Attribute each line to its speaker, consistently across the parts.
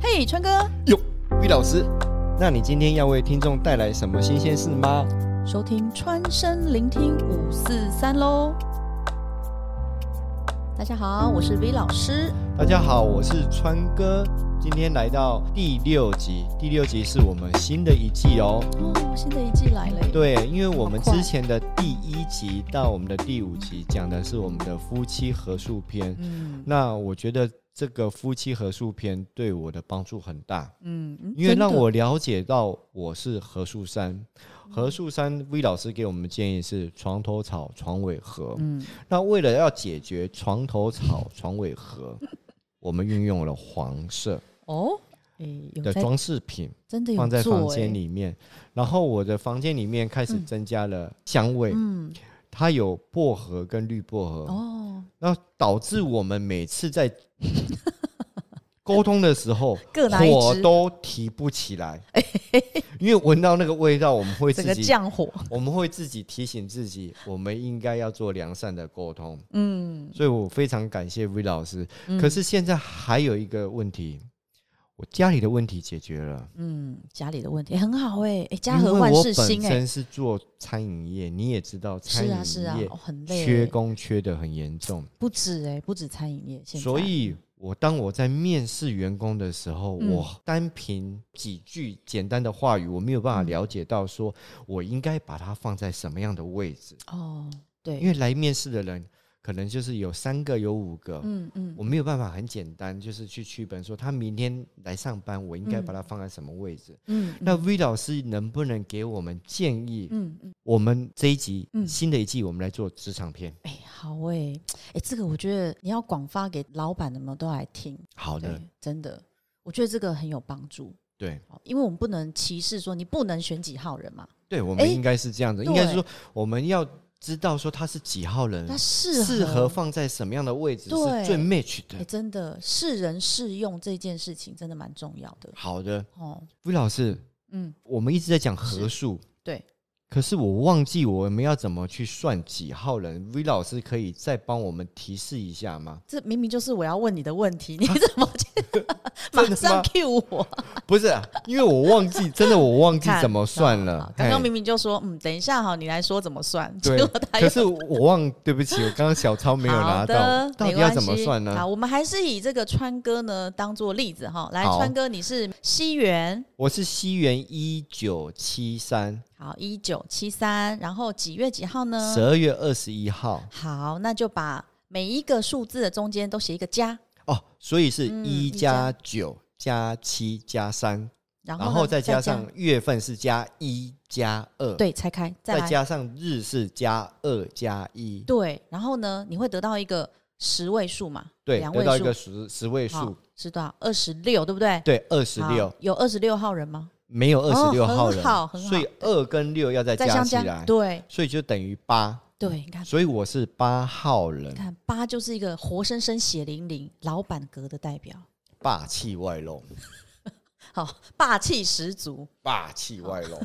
Speaker 1: 嘿，川哥，
Speaker 2: 哟，魏老师，那你今天要为听众带来什么新鲜事吗？
Speaker 1: 收听川声聆听五四三喽。大家好，我是 V 老师。
Speaker 2: 大家好，我是川哥，今天来到第六集，第六集是我们新的一季哦。
Speaker 1: 哦，新的一季来了耶。
Speaker 2: 对，因为我们
Speaker 1: 好快
Speaker 2: 之前的第一集到我们的第五集讲的是我们的夫妻合宿篇，
Speaker 1: 嗯
Speaker 2: 那我觉得这个夫妻合宿篇对我的帮助很大。
Speaker 1: 嗯，嗯
Speaker 2: 因为
Speaker 1: 真
Speaker 2: 让
Speaker 1: 的嗯
Speaker 2: 我了解到我是何树山，何树山 V 老师给我们的建议是床头草床尾和。
Speaker 1: 嗯
Speaker 2: 那为了要解决床头草床尾和，我们运用了黄色
Speaker 1: 哦，诶， 有
Speaker 2: 的
Speaker 1: 在
Speaker 2: 装饰品
Speaker 1: 真的有
Speaker 2: 放在
Speaker 1: 做欸
Speaker 2: 房间
Speaker 1: 诶。
Speaker 2: 里面，然后我的房间里面开始增加了香味，
Speaker 1: 嗯
Speaker 2: 它有薄荷跟绿薄荷，
Speaker 1: 哦，
Speaker 2: 那导致我们每 次在沟通的时候，
Speaker 1: 各拿一
Speaker 2: 火
Speaker 1: 支，
Speaker 2: 都提不 起来，因为闻到那个味道，我们会
Speaker 1: 整
Speaker 2: 自
Speaker 1: 个
Speaker 2: 己，
Speaker 1: 降火。
Speaker 2: 我们会自己提醒自己，我们应该要做良善的沟通。
Speaker 1: 嗯，
Speaker 2: 所以我非常感谢 V 老师。
Speaker 1: 嗯
Speaker 2: 可是现在还有一个问题，我家里的问题解决了，
Speaker 1: 嗯，家里的问题很好哎，诶，家
Speaker 2: 因为
Speaker 1: 和万
Speaker 2: 我
Speaker 1: 事
Speaker 2: 本
Speaker 1: 兴哎。
Speaker 2: 身是做餐饮业，你也知道餐
Speaker 1: 是啊是
Speaker 2: 饮
Speaker 1: 啊
Speaker 2: 业，
Speaker 1: 哦很累
Speaker 2: 缺
Speaker 1: 诶
Speaker 2: 工缺的很严重，
Speaker 1: 不止哎，不止餐饮业，现在
Speaker 2: 所以。我当我在面试员工的时候，
Speaker 1: 嗯
Speaker 2: 我单凭几句简单的话语，我没有
Speaker 1: 嗯
Speaker 2: 办法了解到说我应该把它放在什么样的位置，
Speaker 1: 哦，对，
Speaker 2: 因为来面试的人可能就是有三个有五个，
Speaker 1: 嗯嗯
Speaker 2: 我没有办法很简单就是去区分说他明天来上班，我应该把它放在什么位置。
Speaker 1: 嗯，
Speaker 2: 那 V 老师能不能给我们建议？
Speaker 1: 嗯嗯，
Speaker 2: 我们这一集、
Speaker 1: 嗯
Speaker 2: 新的一季，我们来做职场片。
Speaker 1: 哎、好哎、哎、这个我觉得你要广发给老板们都来听，
Speaker 2: 好
Speaker 1: 对
Speaker 2: 的，，
Speaker 1: 真的，我觉得这个很有帮助。
Speaker 2: 对
Speaker 1: 哦因为我们不能歧视说你不能选几号人嘛，
Speaker 2: 对，我
Speaker 1: 哎
Speaker 2: 们应该是这样子，应该
Speaker 1: 对
Speaker 2: 是说我们要知道说他是几号人，
Speaker 1: 那适
Speaker 2: 适合
Speaker 1: 合
Speaker 2: 放在什么样的位置
Speaker 1: 对
Speaker 2: 是最 match
Speaker 1: 哎、
Speaker 2: 的。
Speaker 1: 真的是人适用这件事情真的蛮重要的
Speaker 2: 好的
Speaker 1: 哦。
Speaker 2: ，V 老师，
Speaker 1: 嗯，
Speaker 2: 我们一直在讲合数，
Speaker 1: 对，
Speaker 2: 可是我忘记我们要怎么去算几号人。V 老师可以再帮我们提示一下吗？
Speaker 1: 这明明就是我要问你的问题，你怎 么就马
Speaker 2: 啊真的
Speaker 1: 上
Speaker 2: 吗
Speaker 1: Q 我？
Speaker 2: 不是啊，因为我忘记，真的我忘记
Speaker 1: 看
Speaker 2: 怎么算
Speaker 1: 好
Speaker 2: 了
Speaker 1: 好。刚刚
Speaker 2: 啊嘿
Speaker 1: 明明就说嗯，等一下哈，你来说怎么算，结
Speaker 2: 对
Speaker 1: 果他又
Speaker 2: 可是我忘，对不起，我刚刚小抄没有拿
Speaker 1: 好的，
Speaker 2: 到，到
Speaker 1: 没
Speaker 2: 底
Speaker 1: 关
Speaker 2: 要
Speaker 1: 系。
Speaker 2: 怎么算呢
Speaker 1: 好，？我们还是以这个川哥呢当做例子哈。来，
Speaker 2: 好
Speaker 1: 川哥，你是西元，
Speaker 2: 我是西元一九七三
Speaker 1: 好，一九七三，然后几月几号呢
Speaker 2: 十？二月二十一号
Speaker 1: 好，那就把每一个数字的中间都写一个加，
Speaker 2: 哦，所以是
Speaker 1: 嗯
Speaker 2: 一
Speaker 1: 一
Speaker 2: 加九加七加三，
Speaker 1: 然后
Speaker 2: 然
Speaker 1: 呢
Speaker 2: 后再加上月份是加一加二，
Speaker 1: 对拆开，再
Speaker 2: 再
Speaker 1: 来
Speaker 2: 加上日是加二加一，
Speaker 1: 对，然后呢，你会得到一个十位数嘛？
Speaker 2: 对，
Speaker 1: 两
Speaker 2: 得
Speaker 1: 位
Speaker 2: 到一
Speaker 1: 数
Speaker 2: 个十十位
Speaker 1: 好
Speaker 2: 数，
Speaker 1: 是多少？二十六，对不对？
Speaker 2: 对，二十六
Speaker 1: 好，有二十六号人吗？
Speaker 2: 没有二十六
Speaker 1: 很
Speaker 2: 号人，
Speaker 1: 好很好
Speaker 2: 所以二跟六要再
Speaker 1: 再
Speaker 2: 加
Speaker 1: 相
Speaker 2: 起
Speaker 1: 加，
Speaker 2: 来，
Speaker 1: 对
Speaker 2: 所以就等于八，
Speaker 1: 对，你看。
Speaker 2: 所以我是八号人
Speaker 1: 你，看八就是一个活生生、血淋淋老板格的代表，
Speaker 2: 霸气外露，
Speaker 1: 好，霸气十足，
Speaker 2: 霸气外露。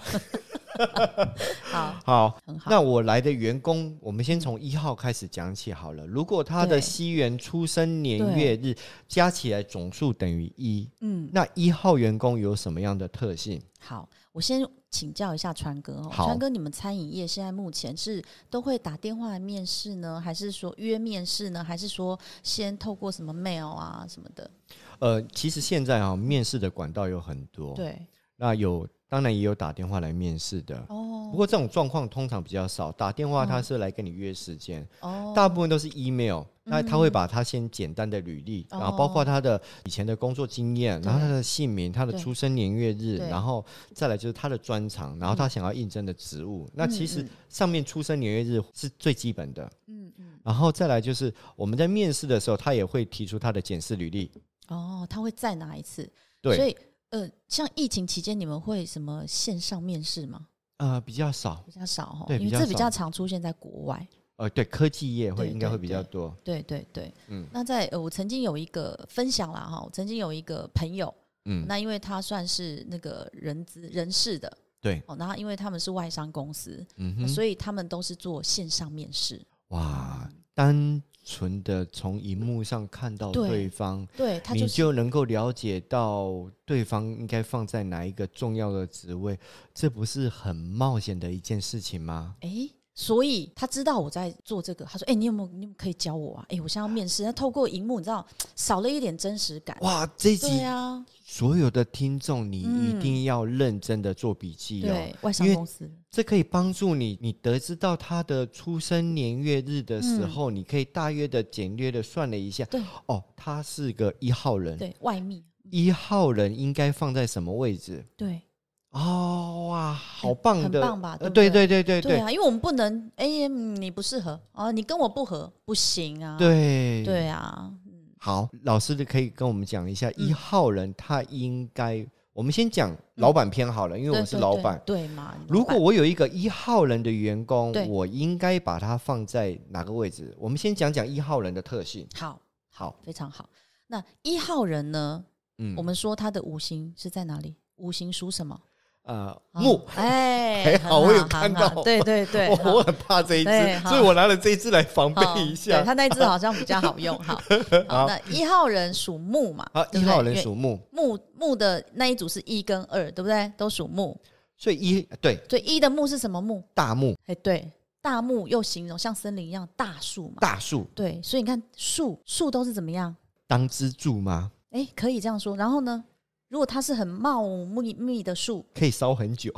Speaker 1: 好，
Speaker 2: 好，
Speaker 1: 很好。
Speaker 2: 那我来的员工，我们先从一号开始讲起好了。如果他
Speaker 1: 对
Speaker 2: 的西元出生年月日加起来总数等于一，
Speaker 1: 嗯，
Speaker 2: 那一号员工有什么样的特性？
Speaker 1: 好，我先请教一下川哥哦，
Speaker 2: 好
Speaker 1: 川哥，你们餐饮业现在目前是都会打电话来面试呢，还是说约面试呢，还是说先透过什么 mail 啊什么的？
Speaker 2: 呃，其实现在啊、面试的管道有很多，
Speaker 1: 对，
Speaker 2: 那有当然也有打电话来面试的。
Speaker 1: 哦，
Speaker 2: 不过这种状况通常比较少，打电
Speaker 1: 嗯
Speaker 2: 话他是来跟你约时间，
Speaker 1: 哦，嗯
Speaker 2: 大部分都是 email，、那他会把他先简单的履历，
Speaker 1: 哦
Speaker 2: 然后包括他的以前的工作经验，
Speaker 1: 对
Speaker 2: 然后他的姓名、他的
Speaker 1: 对
Speaker 2: 出生年月日，
Speaker 1: 对嗯
Speaker 2: 然后再来就是他的专长，然后他想要应征的职务。那其实上面出生年月日是最基本的，
Speaker 1: 嗯嗯，
Speaker 2: 然后再来就是我们在面试的时候，他也会提出他的检视履历。
Speaker 1: 哦，他会再拿一次，所
Speaker 2: 对，
Speaker 1: 以呃，像疫情期间，你们会什么线上面试吗？
Speaker 2: 呃，比较少，
Speaker 1: 比较少哦，
Speaker 2: 对
Speaker 1: 因为
Speaker 2: 比较
Speaker 1: 这比
Speaker 2: 少
Speaker 1: 较常出现在国外。
Speaker 2: 呃，对，科技业会
Speaker 1: 对
Speaker 2: 应该会
Speaker 1: 对
Speaker 2: 比较多。
Speaker 1: 对对对，
Speaker 2: 嗯
Speaker 1: 那在呃，我曾经有一个分享啦哈，我曾经有一个朋友，
Speaker 2: 嗯，
Speaker 1: 那因为他算是那个人资人事的
Speaker 2: 对，
Speaker 1: 哦，然后因为他们是外商公司，
Speaker 2: 嗯哼，
Speaker 1: 所以他们都是做线上面试，
Speaker 2: 哇，单纯的从荧幕上看到
Speaker 1: 对
Speaker 2: 对方，
Speaker 1: 对他
Speaker 2: 你
Speaker 1: 就是
Speaker 2: 就能够了解到对方应该放在哪一个重要的职位，这不是很冒险的一件事情吗？
Speaker 1: 哎、所以他知道我在做这个，他说：“哎、你有没有，你有没有可以教我啊？哎、我现在要面试，那透过荧幕，你知道少了一点真实感。
Speaker 2: 哇，这一
Speaker 1: 对
Speaker 2: 集
Speaker 1: 啊，
Speaker 2: 所有的听众，你
Speaker 1: 嗯
Speaker 2: 一定要认真的做笔记哦，
Speaker 1: 对外商
Speaker 2: 因为
Speaker 1: 公司，
Speaker 2: 这可以帮助你，你得知到他的出生年月日的时候，你可以大约的简略的算了一下，
Speaker 1: 嗯对
Speaker 2: 哦，他是个一号人，
Speaker 1: 对外密，
Speaker 2: 一号人应该放在什么位置？
Speaker 1: 对
Speaker 2: 哦，哇，好
Speaker 1: 很
Speaker 2: 棒
Speaker 1: 很
Speaker 2: 的，
Speaker 1: 棒吧
Speaker 2: 呃
Speaker 1: 对
Speaker 2: 对
Speaker 1: 不
Speaker 2: 对对对
Speaker 1: 对啊，因为我们不能，哎、嗯你不适合啊，你跟我不合，不行啊。
Speaker 2: 对
Speaker 1: 对啊，嗯
Speaker 2: 好，老师可以跟我们讲一下
Speaker 1: 嗯
Speaker 2: 一号人他应该，我们先讲老板偏好了，因为我是
Speaker 1: 对对
Speaker 2: 老
Speaker 1: 对
Speaker 2: 板。
Speaker 1: 对嘛？
Speaker 2: 如
Speaker 1: 老
Speaker 2: 果
Speaker 1: 板
Speaker 2: 我有一个一号人的员工
Speaker 1: 对，
Speaker 2: 我应该把他放在哪个位置？我们先讲讲一号人的特性。
Speaker 1: 好，
Speaker 2: 好，
Speaker 1: 非常好。那一号人呢？
Speaker 2: 嗯
Speaker 1: 我们说他的五行是在哪里？五行属什么？
Speaker 2: 呃
Speaker 1: 啊
Speaker 2: 木，
Speaker 1: 哎，
Speaker 2: 还
Speaker 1: 很
Speaker 2: 好我有
Speaker 1: 很
Speaker 2: 看
Speaker 1: 好
Speaker 2: 到
Speaker 1: 对对对，
Speaker 2: 我
Speaker 1: 好
Speaker 2: 我很怕这一
Speaker 1: 对
Speaker 2: 只，
Speaker 1: 好
Speaker 2: 所以我拿了这一只来防备
Speaker 1: 好
Speaker 2: 一下
Speaker 1: 对。他那一只好像比较好用。 好，好，那一号人属木嘛？
Speaker 2: 好，
Speaker 1: 对
Speaker 2: 啊一
Speaker 1: 不对
Speaker 2: 号人属木，
Speaker 1: 因为木木的那一组是一跟二，对不对？都属木。
Speaker 2: 所以一对
Speaker 1: 所以一的木是什么木？
Speaker 2: 大木
Speaker 1: 哎，对，大木又形容像森林一样大树嘛。
Speaker 2: 大树
Speaker 1: 对，所以你看树树都是怎么样？
Speaker 2: 当支柱吗？
Speaker 1: 哎，可以这样说。然后呢，如果它是很茂密密的树，
Speaker 2: 可以烧很久。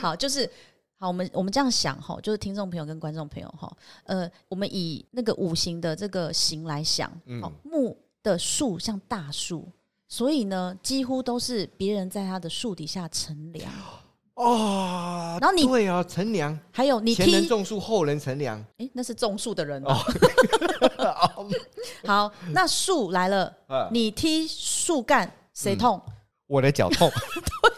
Speaker 1: 好，就是。好，我们我们这样想哈，就是听众朋友跟观众朋友哈，呃，我们以那个五行的这个形来想，
Speaker 2: 嗯
Speaker 1: 好，木的树像大树，所以呢，几乎都是别人在他的树底下乘凉。
Speaker 2: 哦，
Speaker 1: 然后你
Speaker 2: 对啊，乘凉，
Speaker 1: 还有你
Speaker 2: 前人
Speaker 1: 踢，
Speaker 2: 种树，后人乘凉。
Speaker 1: 哎，那是种树的人、
Speaker 2: 哦
Speaker 1: 哦。 好，那树来了，
Speaker 2: 啊，嗯
Speaker 1: 你踢树干谁痛？
Speaker 2: 我的脚痛，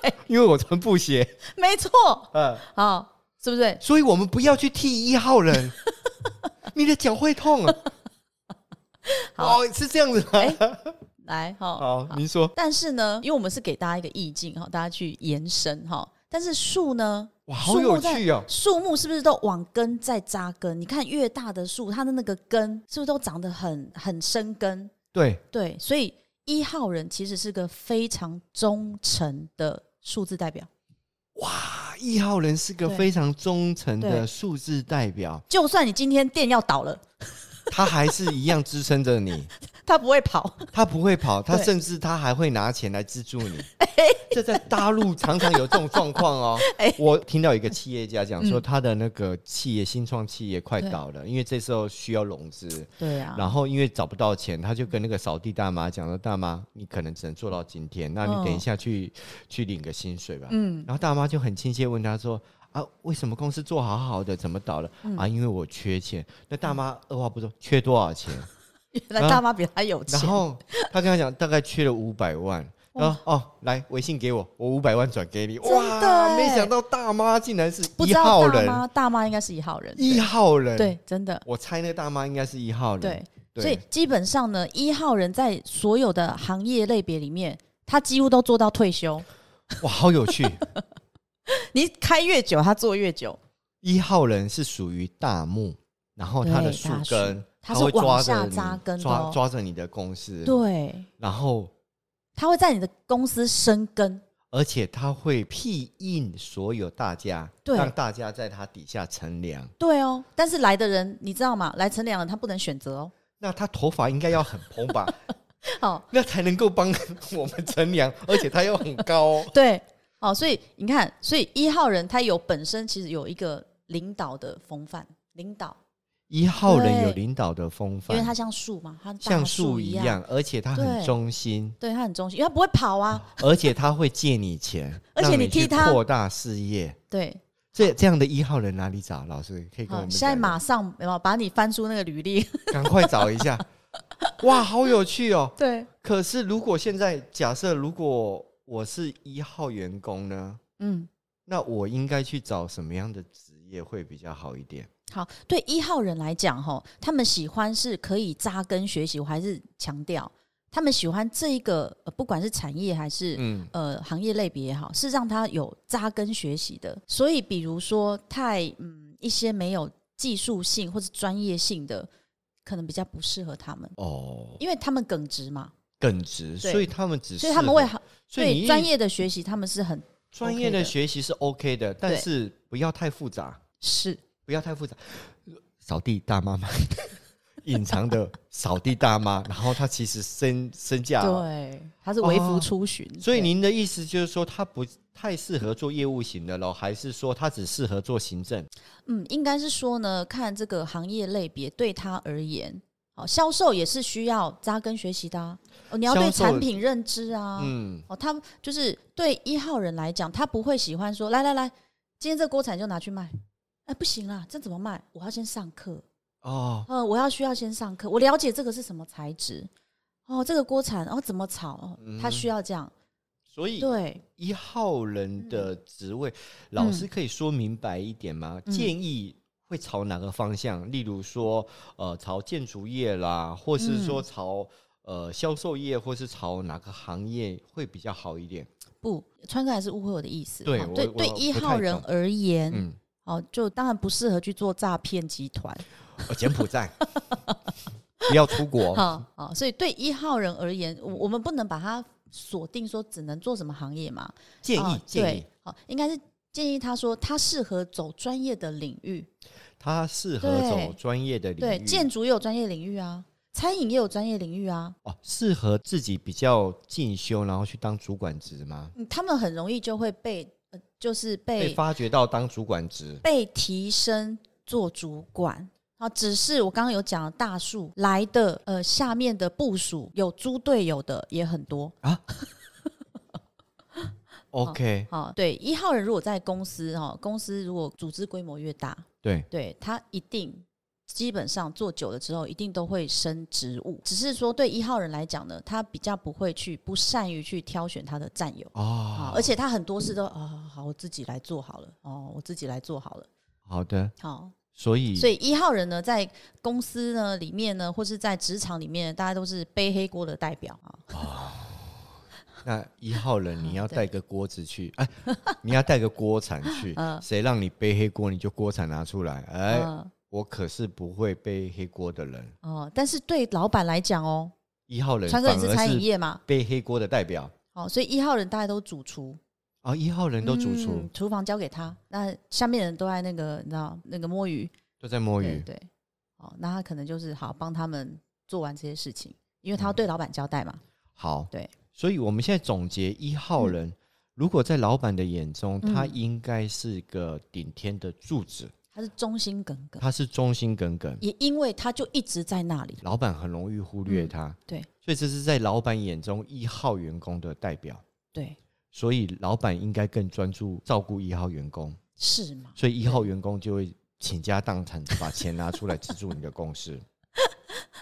Speaker 2: 对， 因为我穿布鞋。
Speaker 1: 没错，
Speaker 2: 嗯，
Speaker 1: 好，是不是？
Speaker 2: 所以我们不要去替一号 人，你的脚会痛啊。
Speaker 1: 好
Speaker 2: 哦，是这样子吗？
Speaker 1: 来，好，
Speaker 2: 好，您说，
Speaker 1: 但是呢，因为我们是给大家一个意境哈，大家去延伸哈。但是树呢，
Speaker 2: 哇，好有趣哦。
Speaker 1: 树木是不是都往根在扎根？你看越大的树，它的那个根是不是都长得很很深根？
Speaker 2: 对，
Speaker 1: 对，所以一号人其实是个非常忠诚的数字代表。
Speaker 2: 哇，啊一号人是个
Speaker 1: 对
Speaker 2: 非常忠诚的
Speaker 1: 对
Speaker 2: 数字代表，
Speaker 1: 就算你今天店要倒了，
Speaker 2: 他还是一样支撑着你，
Speaker 1: 他不会跑。
Speaker 2: 他不会跑，他
Speaker 1: 对哎
Speaker 2: 甚至他还会拿钱来资助 你。这在大陆常常有这种状况哦。
Speaker 1: 哎
Speaker 2: 我听到一个企业家讲说，
Speaker 1: 嗯
Speaker 2: 他的那个企业新创企业快倒了，因为这时候需要融资。
Speaker 1: 对啊，
Speaker 2: 然后因为找不到钱，他就跟那个扫地大妈讲说：“大妈，你可能只能做到今天，那你
Speaker 1: 嗯
Speaker 2: 等一下去、去领个薪水吧。”
Speaker 1: 嗯，
Speaker 2: 然后大妈就很亲切问他说：“啊，为什么公司做好好的，怎么倒了、
Speaker 1: 嗯
Speaker 2: 啊？因为我缺钱。”那大妈二话不说，缺多少钱？
Speaker 1: 原来大妈比他有钱
Speaker 2: 然。后他跟他讲，大概缺了五百万。然后哦，来微信给我，我五百万转给你。
Speaker 1: 真的
Speaker 2: 哇，
Speaker 1: 欸
Speaker 2: 没想到大妈竟然是
Speaker 1: 不
Speaker 2: 一
Speaker 1: 知
Speaker 2: 号
Speaker 1: 道大
Speaker 2: 人，
Speaker 1: 妈，大妈应该是一号人。
Speaker 2: 一号人。，
Speaker 1: 对，真的
Speaker 2: 我猜那个大妈应该是一号人。
Speaker 1: 对。
Speaker 2: 对
Speaker 1: 所以基本上呢，一号人在所有的行业类别里面，他几乎都做到退休。
Speaker 2: 哇，好有趣！
Speaker 1: 你开越久，他做越久。
Speaker 2: 一号人是属于大木，然后他的
Speaker 1: 对
Speaker 2: 树
Speaker 1: 大树
Speaker 2: 根，
Speaker 1: 它
Speaker 2: 会
Speaker 1: 是往
Speaker 2: 抓着
Speaker 1: 下
Speaker 2: 你
Speaker 1: 扎根的
Speaker 2: 抓
Speaker 1: 哦
Speaker 2: 抓着你的公司，
Speaker 1: 对，
Speaker 2: 然后
Speaker 1: 他会在你的公司生根。
Speaker 2: 而且他会庇应所有大家，
Speaker 1: 对
Speaker 2: 让大家在他底下乘凉。
Speaker 1: 对哦，但是来的人你知道吗？来乘凉的他不能选择哦。
Speaker 2: 那他头发应该要很蓬吧？
Speaker 1: 哦，
Speaker 2: 那才能够帮我们乘凉，而且它又很高、哦。
Speaker 1: 对，哦，所以你看，所以一号人他有本身其实有一个领导的风范，领导，
Speaker 2: 一号人
Speaker 1: 对
Speaker 2: 有领导的风
Speaker 1: 因
Speaker 2: 范，
Speaker 1: 为他像树嘛，他
Speaker 2: 像
Speaker 1: 树
Speaker 2: 树一
Speaker 1: 样，
Speaker 2: 样，而且他很
Speaker 1: 对
Speaker 2: 忠心，
Speaker 1: 对他很忠心，因为他不会跑啊。
Speaker 2: 而且他会借你钱，
Speaker 1: 而且
Speaker 2: 让
Speaker 1: 你
Speaker 2: 你
Speaker 1: 踢
Speaker 2: 去
Speaker 1: 他
Speaker 2: 扩大事业。
Speaker 1: 对，
Speaker 2: 这这样的一号人哪里找？老师可以跟
Speaker 1: 好，
Speaker 2: 我们
Speaker 1: 现在
Speaker 2: 讲一下
Speaker 1: 马上有没有把你翻出那个履历？
Speaker 2: 赶快找一下。哇，好有趣哦！
Speaker 1: 对，
Speaker 2: 可是如果现在假设如果我是一号员工呢，
Speaker 1: 嗯，
Speaker 2: 那我应该去找什么样的职业会比较好一点？
Speaker 1: 好，对一号人来讲，吼，他们喜欢是可以扎根学习，我还是强调，他们喜欢这一个，呃、不管是产业还是。
Speaker 2: 嗯，
Speaker 1: 呃，行业类别也好，是让他有扎根学习的。所以，比如说太嗯一些没有技术性或者专业性的，可能比较不适合他们，
Speaker 2: 哦，
Speaker 1: 因为他们耿直嘛，
Speaker 2: 耿直，
Speaker 1: 对
Speaker 2: 所以他们只
Speaker 1: 所以他们会
Speaker 2: 适合，
Speaker 1: 好
Speaker 2: 所以你
Speaker 1: 对
Speaker 2: 一
Speaker 1: 专业的学习他们是很
Speaker 2: 专业
Speaker 1: OK
Speaker 2: 的
Speaker 1: 的
Speaker 2: 学习是 OK 的，但
Speaker 1: 对
Speaker 2: 是不要太复杂，
Speaker 1: 是
Speaker 2: 不要太复杂。扫地大妈 妈，隐藏的扫地大妈，然后她其实身身价哦、
Speaker 1: 对，他是微服
Speaker 2: 哦
Speaker 1: 出巡，
Speaker 2: 所以
Speaker 1: 对
Speaker 2: 您的意思就是说，她不太适合做业务型的咯，还是说她只适合做行政？
Speaker 1: 嗯，应该是说呢，看这个行业类别对他而言，哦，销售也是需要扎根学习的、啊，哦，你要对
Speaker 2: 销售
Speaker 1: 产品认知啊，
Speaker 2: 嗯，
Speaker 1: 哦，他就是对一号人来讲，他不会喜欢说，来来来，今天这锅铲就拿去卖，哎，不行啦，这怎么卖？我要先上课，
Speaker 2: 哦，
Speaker 1: 呃，我要需要先上课，我了解这个是什么材质，哦，这个锅铲哦怎么炒，哦，他
Speaker 2: 嗯
Speaker 1: 需要这样，
Speaker 2: 所以
Speaker 1: 对，
Speaker 2: 一号人的职位，老师可以说明白一点吗？
Speaker 1: 嗯
Speaker 2: 建议会朝哪个方向？例如说，呃，朝建筑业啦，或是
Speaker 1: 嗯
Speaker 2: 说朝、呃销售业，或是朝哪个行业会比较好一点？
Speaker 1: 不，川哥还是误会我的意思，
Speaker 2: 对
Speaker 1: 哦
Speaker 2: 我
Speaker 1: 对
Speaker 2: 我
Speaker 1: 对，
Speaker 2: 不
Speaker 1: 一
Speaker 2: 太
Speaker 1: 号人
Speaker 2: 懂
Speaker 1: 而言，
Speaker 2: 嗯，
Speaker 1: 哦，就当然不适合去做诈骗集团，
Speaker 2: 呃柬埔寨 不要出国，
Speaker 1: 好好，哦所以对一号人而言，我我们不能把它锁定说只能做什么行业嘛，
Speaker 2: 建议、
Speaker 1: 哦
Speaker 2: 建议
Speaker 1: 对，好，应该是建议他说他适合走专业的领域，
Speaker 2: 他适合
Speaker 1: 对
Speaker 2: 走专业的领
Speaker 1: 对，
Speaker 2: 域，
Speaker 1: 建筑也有专业领域啊，餐饮也有专业领域啊，
Speaker 2: 哦，适合自己比较进修，然后去当主管职吗？
Speaker 1: 嗯他们很容易就会被、呃、就是
Speaker 2: 被
Speaker 1: 被
Speaker 2: 发掘到当主管职，
Speaker 1: 被提升做主管。啊，只是我刚刚有讲大树来的，呃，下面的部署有猪队友的也很多，
Speaker 2: OK，、
Speaker 1: 哦，对，一号人如果在公司哦，公司如果组织规模越大，
Speaker 2: 对，
Speaker 1: 对他一定基本上做久了之后，一定都会升职务。只是说对一号人来讲呢，他比较不会去不善于去挑选他的战友啊、
Speaker 2: 哦，
Speaker 1: 而且他很多事都啊、哦好，我自己来做好了，哦，我自己来做好了，
Speaker 2: 好的，
Speaker 1: 好、
Speaker 2: 所以
Speaker 1: 所以一号人呢，在公司呢里面呢，或是在职场里面，大家都是背黑锅的代表啊、
Speaker 2: 那一号人，你要
Speaker 1: 对
Speaker 2: 带个锅子去，哎， 你要带个锅铲 去，谁让你背黑锅，你就锅铲拿出来。哎，
Speaker 1: 嗯
Speaker 2: 我可是不会背黑锅的人。
Speaker 1: 哦，但是对老板来讲哦，
Speaker 2: 一号人
Speaker 1: 川
Speaker 2: 反
Speaker 1: 哥你是
Speaker 2: 而
Speaker 1: 餐饮
Speaker 2: 是
Speaker 1: 业嘛，
Speaker 2: 背黑锅的代表
Speaker 1: 哦，所以一号人大家都主厨，
Speaker 2: 啊！一号人都主厨
Speaker 1: 嗯，厨房交给他，那下面人都在那个你知道那个摸鱼，
Speaker 2: 都在摸
Speaker 1: 对
Speaker 2: 鱼，
Speaker 1: 对，哦，那他可能就是好帮他们做完这些事情，因为
Speaker 2: 嗯
Speaker 1: 他要对老板交代嘛，
Speaker 2: 好，
Speaker 1: 对，
Speaker 2: 所以我们现在总结一号人。如果在老板的眼中，
Speaker 1: 嗯
Speaker 2: 他应该是个顶天的柱子，
Speaker 1: 他是忠心耿耿，
Speaker 2: 他是忠心耿耿，
Speaker 1: 也因为他就一直在那里，
Speaker 2: 老板很容易忽略
Speaker 1: 嗯
Speaker 2: 他。
Speaker 1: 对
Speaker 2: 所以这是在老板眼中一号员工的代表。
Speaker 1: 对，
Speaker 2: 所以老板应该更专注照顾一号员工，
Speaker 1: 是嘛？
Speaker 2: 所以一号员工就会倾家荡产地把钱拿出来资助你的公司。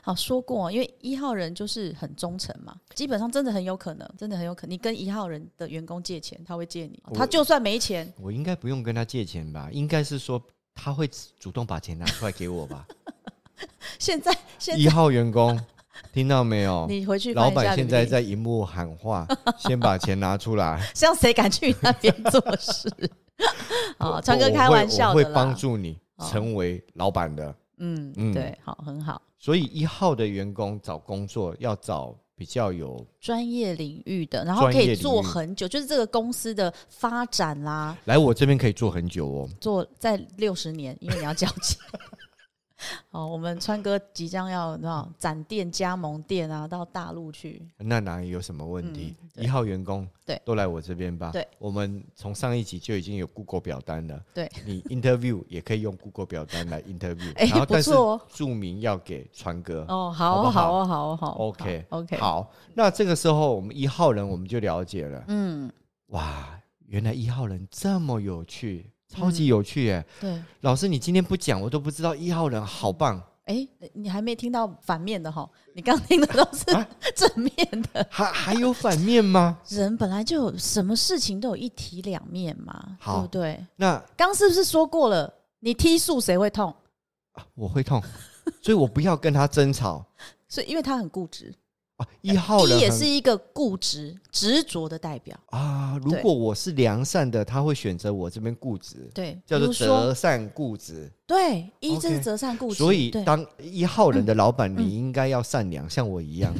Speaker 1: 好说过，因为一号人就是很忠诚嘛，基本上真的很有可能，真的很有可能，你跟一号人的员工借钱，他会借你，
Speaker 2: 我
Speaker 1: 他就算没钱，
Speaker 2: 我应该不用跟他借钱吧？应该是说他会主动把钱拿出来给 我吧？
Speaker 1: 现在现
Speaker 2: 一号员工听到没有？
Speaker 1: 你回去翻
Speaker 2: 老
Speaker 1: 一下
Speaker 2: 板现
Speaker 1: 履
Speaker 2: 在
Speaker 1: 历
Speaker 2: 在荧幕喊话，先把钱拿 出来。
Speaker 1: 像谁敢去那边做事？ 啊，川哥
Speaker 2: 我
Speaker 1: 开
Speaker 2: 会
Speaker 1: 玩笑
Speaker 2: 我会
Speaker 1: 的
Speaker 2: 帮
Speaker 1: 啦。
Speaker 2: 助你
Speaker 1: 哦
Speaker 2: 成为老板的。
Speaker 1: 嗯
Speaker 2: 嗯，
Speaker 1: 对，好，很好。
Speaker 2: 所以一号的员工找工作要找比较有
Speaker 1: 专业领域的，然后
Speaker 2: 专
Speaker 1: 可
Speaker 2: 业
Speaker 1: 以做
Speaker 2: 领域
Speaker 1: 很久，就是这个公司的发展啦，
Speaker 2: 来我这边可以做很久哦。
Speaker 1: 做在六十年，因为你要交钱。 哦，我们川哥即将要那种展店、加盟店啊，到大陆去。
Speaker 2: 那哪里有什么问题？
Speaker 1: 嗯对
Speaker 2: 一、号员工
Speaker 1: 对
Speaker 2: 都来我这边吧。
Speaker 1: 对，
Speaker 2: 我们从上一集就已经有 Google 表单了。
Speaker 1: 对，
Speaker 2: 你 interview 也可以用 Google 表单来 interview，、
Speaker 1: 哎
Speaker 2: 然后
Speaker 1: 不
Speaker 2: 但是
Speaker 1: 错哦
Speaker 2: 注明要给川哥。
Speaker 1: 哦，
Speaker 2: 好
Speaker 1: 好
Speaker 2: 不
Speaker 1: 哦，
Speaker 2: 好
Speaker 1: 好哦，好哦，好哦。
Speaker 2: OK
Speaker 1: 好 OK，
Speaker 2: 好，那这个时候我们一号人我们就了解了。
Speaker 1: 嗯，
Speaker 2: 哇，原来一号人这么有趣，
Speaker 1: 嗯
Speaker 2: 超级有趣耶！
Speaker 1: 对。
Speaker 2: 老师，你今天不讲，我都不知道一号人好棒。
Speaker 1: 哎，你还没听到反面的哈？你刚听的都是
Speaker 2: 啊
Speaker 1: 正面的。
Speaker 2: 还还有反面吗？
Speaker 1: 人本来就有什么事情都有一体两面嘛，对
Speaker 2: 好
Speaker 1: 不对？
Speaker 2: 那
Speaker 1: 刚是不是说过了？你踢树谁会痛？
Speaker 2: 啊我会痛，所以我不要跟他争吵。
Speaker 1: 所以因为他很固执，
Speaker 2: 啊，一号人
Speaker 1: 一也
Speaker 2: 很
Speaker 1: 是一个固执、执着的代表。
Speaker 2: 啊，如
Speaker 1: 对
Speaker 2: 果我是良善的，他会选择我这边固执，
Speaker 1: 对，比
Speaker 2: 叫做
Speaker 1: 如说
Speaker 2: 择善固执。
Speaker 1: 对一，这是
Speaker 2: OK
Speaker 1: 择善固执。
Speaker 2: 所以
Speaker 1: 对嗯
Speaker 2: 当一号人的老板，你应该要善良，像我一样，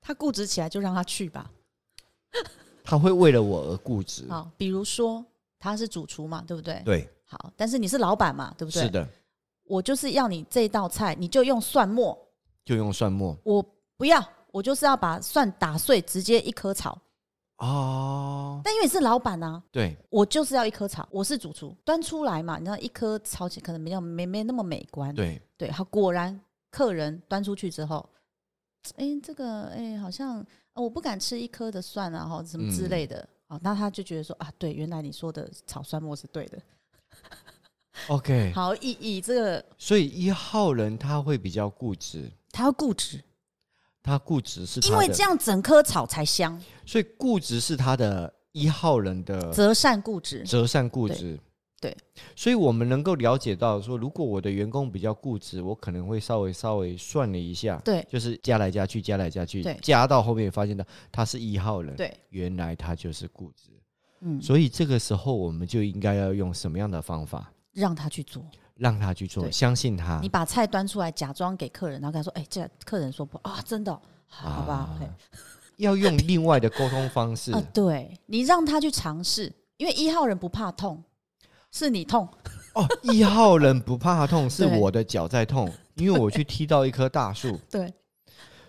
Speaker 1: 他固执起来，就让他去吧。
Speaker 2: 他会为了我而固执。
Speaker 1: 好，比如说他是主厨嘛，对不对？
Speaker 2: 对，
Speaker 1: 好，但是你是老板嘛，对不对？
Speaker 2: 是。的，
Speaker 1: 我就是要你这道菜，你就用蒜末，
Speaker 2: 就用蒜末
Speaker 1: 我不要，我就是要把蒜打碎，直接一颗炒。
Speaker 2: 哦，
Speaker 1: 但因为你是老板啊，
Speaker 2: 对，
Speaker 1: 我就是要一颗炒，我是主厨，端出来嘛，你知道一颗炒起来可能没那么没没那么美观。
Speaker 2: 对，
Speaker 1: 对，好，果然客人端出去之后，哎、这个哎、诶好像、呃我不敢吃一颗的蒜啊，哈，什么之
Speaker 2: 嗯
Speaker 1: 类的。啊，那他就觉得说啊，对，原来你说的炒蒜末是对的。
Speaker 2: OK，
Speaker 1: 好，以以这个
Speaker 2: 所以一号人他会比较固执，
Speaker 1: 他要固执，
Speaker 2: 他固执是
Speaker 1: 因
Speaker 2: 他
Speaker 1: 为这
Speaker 2: 的，
Speaker 1: 样整颗炒才香，
Speaker 2: 所以固执是他的一号人的
Speaker 1: 择善固执。
Speaker 2: 择善固
Speaker 1: 对
Speaker 2: 执。
Speaker 1: 对，
Speaker 2: 所以我们能够了解到说，如果我的员工比较固执，我可能会稍微稍微算了一下，
Speaker 1: 对
Speaker 2: 就是加来加去，加来加去
Speaker 1: 对，
Speaker 2: 加到后面发现到他是一号人，
Speaker 1: 对，
Speaker 2: 原来他就是固执。
Speaker 1: 嗯，
Speaker 2: 所以这个时候我们就应该要用什么样的方法
Speaker 1: 让他去做。
Speaker 2: 让他去做，
Speaker 1: 对
Speaker 2: 相信他
Speaker 1: 你。把菜端出来，假装给客人，然后跟他说：“哎、这个客人说不啊，真的哦、好好吧
Speaker 2: 啊？”
Speaker 1: 嘿
Speaker 2: 要用另外的沟通方 式
Speaker 1: 啊，对你让他去尝试，因为一号人不怕痛，是你痛，
Speaker 2: 哦。一号人不怕痛，是
Speaker 1: 对
Speaker 2: 我的脚在痛，因为我去踢到一棵大树。
Speaker 1: 对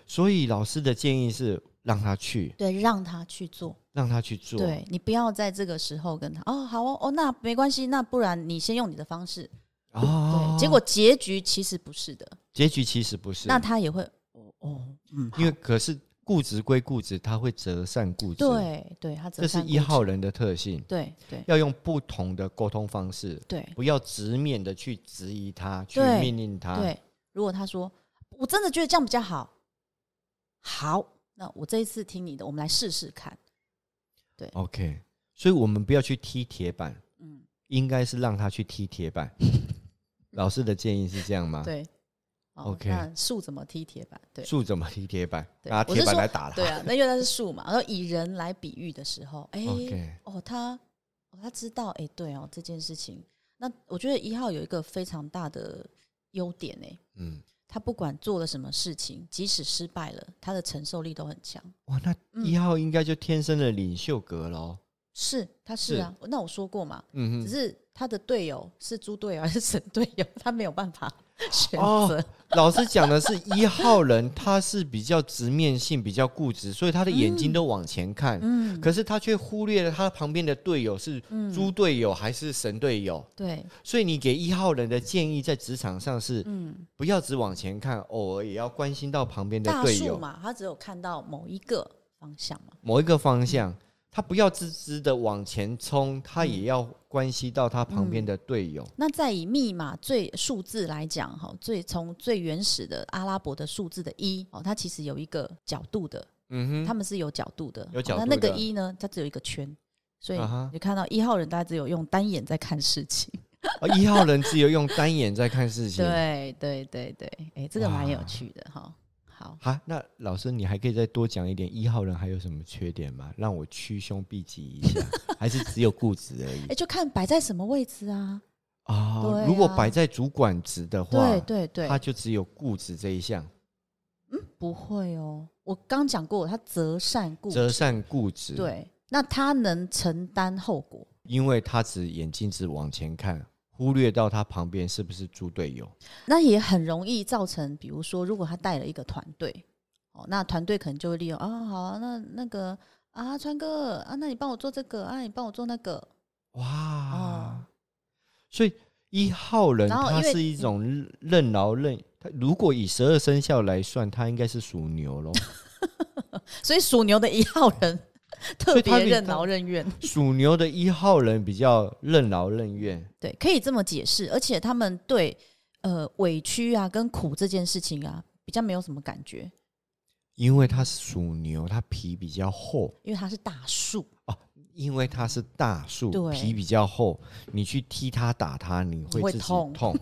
Speaker 2: 所以老师的建议是让他去，
Speaker 1: 对，让他去做，
Speaker 2: 让他去做。
Speaker 1: 对你不要在这个时候跟他哦，好哦，哦，那没关系，那不然你先用你的方式，
Speaker 2: 哦
Speaker 1: 对，，结果结局其实不是的，
Speaker 2: 结局其实不是，
Speaker 1: 那他也会哦哦，嗯，
Speaker 2: 因为可是固执归固执，他会折善固执，，
Speaker 1: 对对，他
Speaker 2: 这
Speaker 1: 只
Speaker 2: 是一号，人的特性，
Speaker 1: 对对
Speaker 2: 要用不同的沟通方式，
Speaker 1: 对
Speaker 2: 不要直面的去质疑他，去
Speaker 1: 对
Speaker 2: 命令他，
Speaker 1: 对，如果他说我真的觉得这样比较好，好，那我这一次听你的，我们来试试看，
Speaker 2: o k 所以我们不要去踢铁板，
Speaker 1: 嗯，
Speaker 2: 应该是让他去踢 铁板。老师的建议是这样吗？，
Speaker 1: 对。哦
Speaker 2: 啊 OK
Speaker 1: 那树怎么踢铁板？对，
Speaker 2: 树怎么踢铁板？
Speaker 1: 对
Speaker 2: 拿
Speaker 1: 我
Speaker 2: 铁
Speaker 1: 是
Speaker 2: 板
Speaker 1: 说
Speaker 2: 来打他
Speaker 1: 对。啊，那因为它是树嘛，然后以人来比喻的时候，哎、
Speaker 2: OK
Speaker 1: 哦，他哦他知道，哎、对哦，这件事情。那我觉得一号有一个非常大的优点、哎，
Speaker 2: 嗯，
Speaker 1: 他不管做了什么事情，即使失败了，他的承受力都很强。
Speaker 2: 哇，
Speaker 1: 嗯
Speaker 2: 那一号应该就天生的领袖格喽。
Speaker 1: 是，他是啊。那我说过嘛，
Speaker 2: 嗯
Speaker 1: 只
Speaker 2: 哼，
Speaker 1: 是他的队友是猪队友还是神队友，他没有办法 选择。
Speaker 2: 哦老师讲的是一号人，他是比较直面性、比较固执，所以他的眼睛都往前看。
Speaker 1: 嗯，
Speaker 2: 可是他却忽略了他旁边的队友是猪队友还是神队友，
Speaker 1: 对，
Speaker 2: 所以你给一号人的建议在职场上是
Speaker 1: 嗯，
Speaker 2: 不要只往前看，偶尔也要关心到旁边的
Speaker 1: 大
Speaker 2: 队
Speaker 1: 树
Speaker 2: 友
Speaker 1: 嘛，他只有看到某一个方向嘛。
Speaker 2: 某一个方向，
Speaker 1: 嗯
Speaker 2: 他不要直直的往前冲，他也要关系到他旁
Speaker 1: 嗯
Speaker 2: 边的队友。
Speaker 1: 那再以密码最数字来讲，哈，最从最原始的阿拉伯的数字的一，哦，它其实有一个角度的，
Speaker 2: 嗯
Speaker 1: 他们是有角度的。
Speaker 2: 有角度
Speaker 1: 哦
Speaker 2: 的
Speaker 1: 那那个一呢，它只有一个圈，所以
Speaker 2: 啊哈
Speaker 1: 你看到一号人，大家只有用单眼在看事情。
Speaker 2: 哼，哦而一号人只有用单眼在看事情。
Speaker 1: 对对对对，哎、这个蛮有
Speaker 2: 哇
Speaker 1: 趣的哈。好，
Speaker 2: 好，那老师，你还可以再多讲一点一号人还有什么缺点吗？让我趋凶避吉一下，还是只有固执而已
Speaker 1: 哎、？就看摆在什么位置啊？
Speaker 2: 哦
Speaker 1: 对，
Speaker 2: 如果
Speaker 1: 啊
Speaker 2: 摆在主管职的话，
Speaker 1: 对对对，
Speaker 2: 他就只有固执这一项，
Speaker 1: 不会哦。我刚讲过，他择善固
Speaker 2: 择
Speaker 1: 执，
Speaker 2: 善固执。，
Speaker 1: 对，那他能承担后果。
Speaker 2: 因为他只眼睛只往前看，忽略到他旁边是不是猪队友。
Speaker 1: 那也很容易造成，比如说，如果他带了一个团队，哦，那团队可能就会利用啊，好啊那那个啊，川哥啊，那你帮我做这个啊，你帮我做那个，
Speaker 2: 哇，
Speaker 1: 哦
Speaker 2: 所以一号人
Speaker 1: 然后因
Speaker 2: 他
Speaker 1: 为
Speaker 2: 是一种任任劳任，他如果以十二生肖来算，他应该是属牛咯。
Speaker 1: 所以属牛的一号人 特
Speaker 2: 以他
Speaker 1: 别
Speaker 2: 比
Speaker 1: 任
Speaker 2: 他
Speaker 1: 劳任怨，
Speaker 2: 属牛的一号人比较任劳任怨，
Speaker 1: 对，可以这么解释。而且他们对呃委屈啊跟苦这件事情啊，比较没有什么感觉，
Speaker 2: 因为他是属牛，他皮比较厚。
Speaker 1: 因为他是大树，
Speaker 2: 因为它是大树，
Speaker 1: 对
Speaker 2: 皮比较厚，你去踢它、打它，你
Speaker 1: 你
Speaker 2: 会
Speaker 1: 会
Speaker 2: 自己
Speaker 1: 痛
Speaker 2: 痛。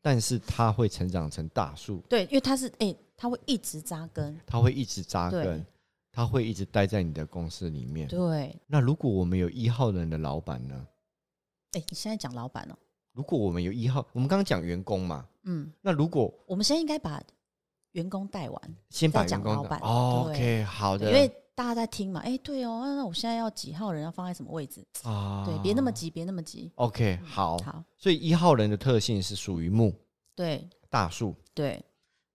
Speaker 2: 但是它会成长成大树，
Speaker 1: 对，因为它是哎、它会一直扎根，
Speaker 2: 它会一直扎
Speaker 1: 对
Speaker 2: 根，它会一直待在你的公司里面。
Speaker 1: 对，
Speaker 2: 那如果我们有一号人的老板呢？
Speaker 1: 哎、你现在讲老板哦、
Speaker 2: 如果我们有一号，我们刚刚讲员工嘛，
Speaker 1: 嗯，
Speaker 2: 那如果
Speaker 1: 我们现在应该把员工带完，
Speaker 2: 先把
Speaker 1: 再讲
Speaker 2: 员工
Speaker 1: 老
Speaker 2: 打
Speaker 1: 板
Speaker 2: 哦
Speaker 1: 对
Speaker 2: OK 好的，
Speaker 1: 因为大家在听嘛，哎、对哦，那我现在要几号人要放在什么位置？
Speaker 2: 啊
Speaker 1: 对，别那么嗯急，别那么急。
Speaker 2: OK 好，
Speaker 1: 好，
Speaker 2: 所以一号人的特性是属于木
Speaker 1: 对
Speaker 2: 大树，
Speaker 1: 对，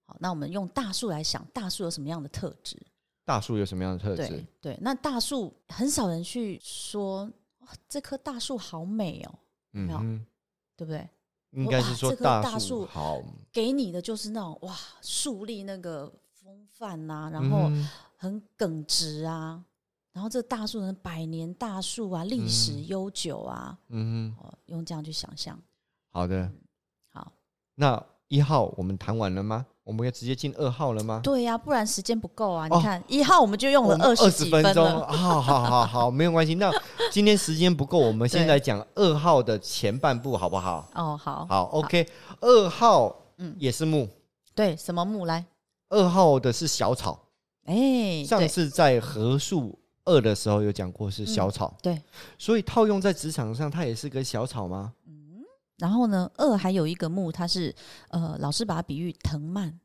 Speaker 1: 好，那我们用大树来想，大树有什么样的特质？
Speaker 2: 大树有什么样的特质
Speaker 1: 对？对，那大树很少人去说，哇，这棵大树好美哦，
Speaker 2: 嗯
Speaker 1: 有
Speaker 2: 哼，
Speaker 1: 对不对？
Speaker 2: 应该是
Speaker 1: 哇
Speaker 2: 说
Speaker 1: 这棵大
Speaker 2: 树
Speaker 1: 树
Speaker 2: 好，嗯
Speaker 1: 给你的就是那种哇，树立那个风范呐、然后
Speaker 2: 嗯哼
Speaker 1: 很耿直啊，然后这大树呢，百年大树啊，历史
Speaker 2: 嗯
Speaker 1: 悠久啊，
Speaker 2: 嗯哼，
Speaker 1: 哦，用这样去想象。
Speaker 2: 好的，
Speaker 1: 嗯好，
Speaker 2: 那一号我们谈完了吗？我们要直接进二号了吗？
Speaker 1: 对呀、不然时间不够啊！
Speaker 2: 啊哦
Speaker 1: 你看一号我们就用了二
Speaker 2: 二
Speaker 1: 几
Speaker 2: 十分钟，
Speaker 1: 了，
Speaker 2: 好好好好，没有关系。那今天时间不够，我们先
Speaker 1: 对
Speaker 2: 来讲二号的前半部，好不好？
Speaker 1: 哦，好，
Speaker 2: 好，OK。二号，
Speaker 1: 嗯
Speaker 2: 也是木。
Speaker 1: 对，什么木来？
Speaker 2: 二号的是小草，
Speaker 1: 哎、
Speaker 2: 上
Speaker 1: 对嗯
Speaker 2: 次在合数二的时候有讲过是小草，
Speaker 1: 对，
Speaker 2: 所以套用在职场上，它也是个小草吗？
Speaker 1: 然后呢，二还有一个木，它是呃，老师把它比喻藤蔓，